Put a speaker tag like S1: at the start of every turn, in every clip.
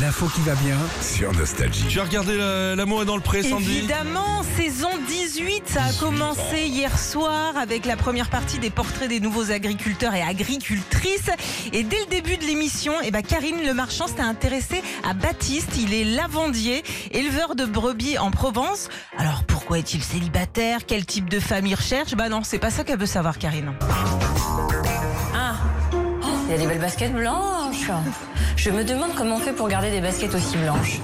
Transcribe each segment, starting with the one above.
S1: L'info qui va bien sur Nostalgie.
S2: Tu as regardé la- L'amour est dans le pré, Sandy
S3: Évidemment, saison 18, ça a commencé hier soir avec la première partie des portraits des nouveaux agriculteurs et agricultrices. Et dès le début de l'émission, eh ben, Karine Lemarchand s'est intéressée à Baptiste. Il est lavandier, éleveur de brebis en Provence. Alors pourquoi est-il célibataire Quel type de famille recherche Bah non, c'est pas ça qu'elle veut savoir, Karine.
S4: Il y a des belles baskets blanches. Je me demande comment on fait pour garder des baskets aussi blanches.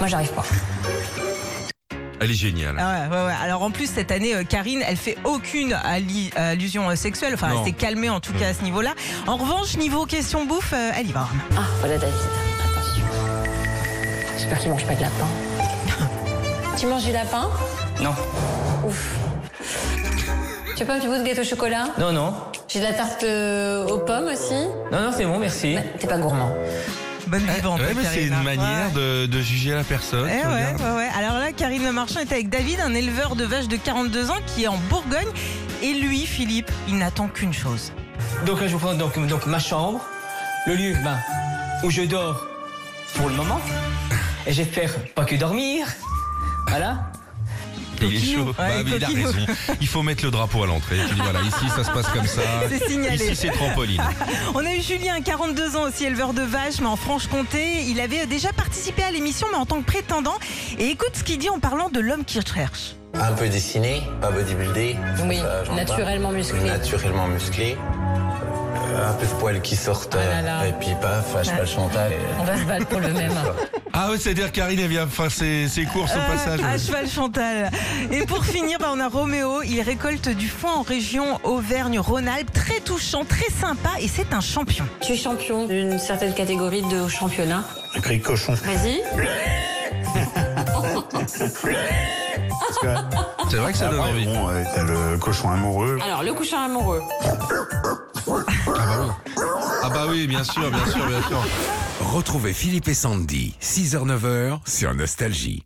S4: Moi, j'arrive pas.
S2: Elle est géniale.
S3: Ah ouais, ouais, ouais. Alors en plus cette année, euh, Karine, elle fait aucune alli- allusion euh, sexuelle. Enfin,
S2: Non.
S3: elle s'est calmée en tout cas à ce niveau-là. En revanche, niveau question bouffe, euh, elle y va.
S4: Ah, voilà David. Attention. J'espère qu'il mange pas de lapin. tu manges du lapin
S5: Non.
S4: Ouf. Tu veux pas un petit bout de gâteau au chocolat
S5: Non, non.
S4: J'ai de la tarte euh, aux pommes aussi.
S5: Non, non, c'est bon, merci.
S4: T'es pas gourmand.
S3: Bonne vivante.
S2: Ouais, mais c'est
S3: Karine,
S2: une
S3: hein.
S2: manière de,
S3: Ouais.
S2: de juger la personne.
S3: Eh
S2: tu
S3: ouais,
S2: regardes.
S3: ouais, ouais. Alors là, Karine Le Marchand est avec David, un éleveur de vaches de 42 ans qui est en Bourgogne. Et lui, Philippe, il n'attend qu'une chose.
S5: Donc là, je vous prends donc, donc ma chambre, le lieu ben, où je dors pour le moment. Et j'espère pas que dormir. Voilà.
S2: Il est
S3: Coquinou.
S2: chaud. Bah
S3: Ouais,
S2: oui, il a
S3: coquinou.
S2: raison. Il faut mettre le drapeau à l'entrée. Tu dis, voilà, ici ça se passe comme ça.
S3: C'est signalé.
S2: Ici c'est trampoline.
S3: On a eu Julien, 42 ans, aussi éleveur de vaches, mais en Franche-Comté. Il avait déjà participé à l'émission, mais en tant que prétendant. Et écoute ce qu'il dit en parlant de l'homme qu'il recherche.
S6: Un peu dessiné, pas bodybuildé.
S4: Oui,
S6: j'en
S4: naturellement
S6: parle.
S4: musclé.
S6: Naturellement musclé. Euh, un peu de poils qui sortent.
S4: Ah là là.
S6: euh, Et puis paf, je pas le Chantal.
S4: On va se battre pour le même.
S2: Ah ouais, c'est-à-dire Karine, elle vient faire ses, ses courses au
S3: Euh,
S2: passage.
S3: À cheval Chantal. Et pour finir, bah, on a Roméo. Il récolte du foin en région Auvergne-Rhône-Alpes. Très touchant, très sympa et c'est un champion.
S4: Tu es champion d'une certaine catégorie de championnat.
S7: Le cri de cochon.
S4: Vas-y.
S2: C'est vrai que ça donne
S7: Après,
S2: envie.
S7: bon, euh, t'as le cochon amoureux.
S4: Alors, le couchant amoureux.
S2: Ah bah oui, bien sûr, bien sûr, bien sûr.
S1: Retrouvez Philippe et Sandy, 6h-9h sur Nostalgie.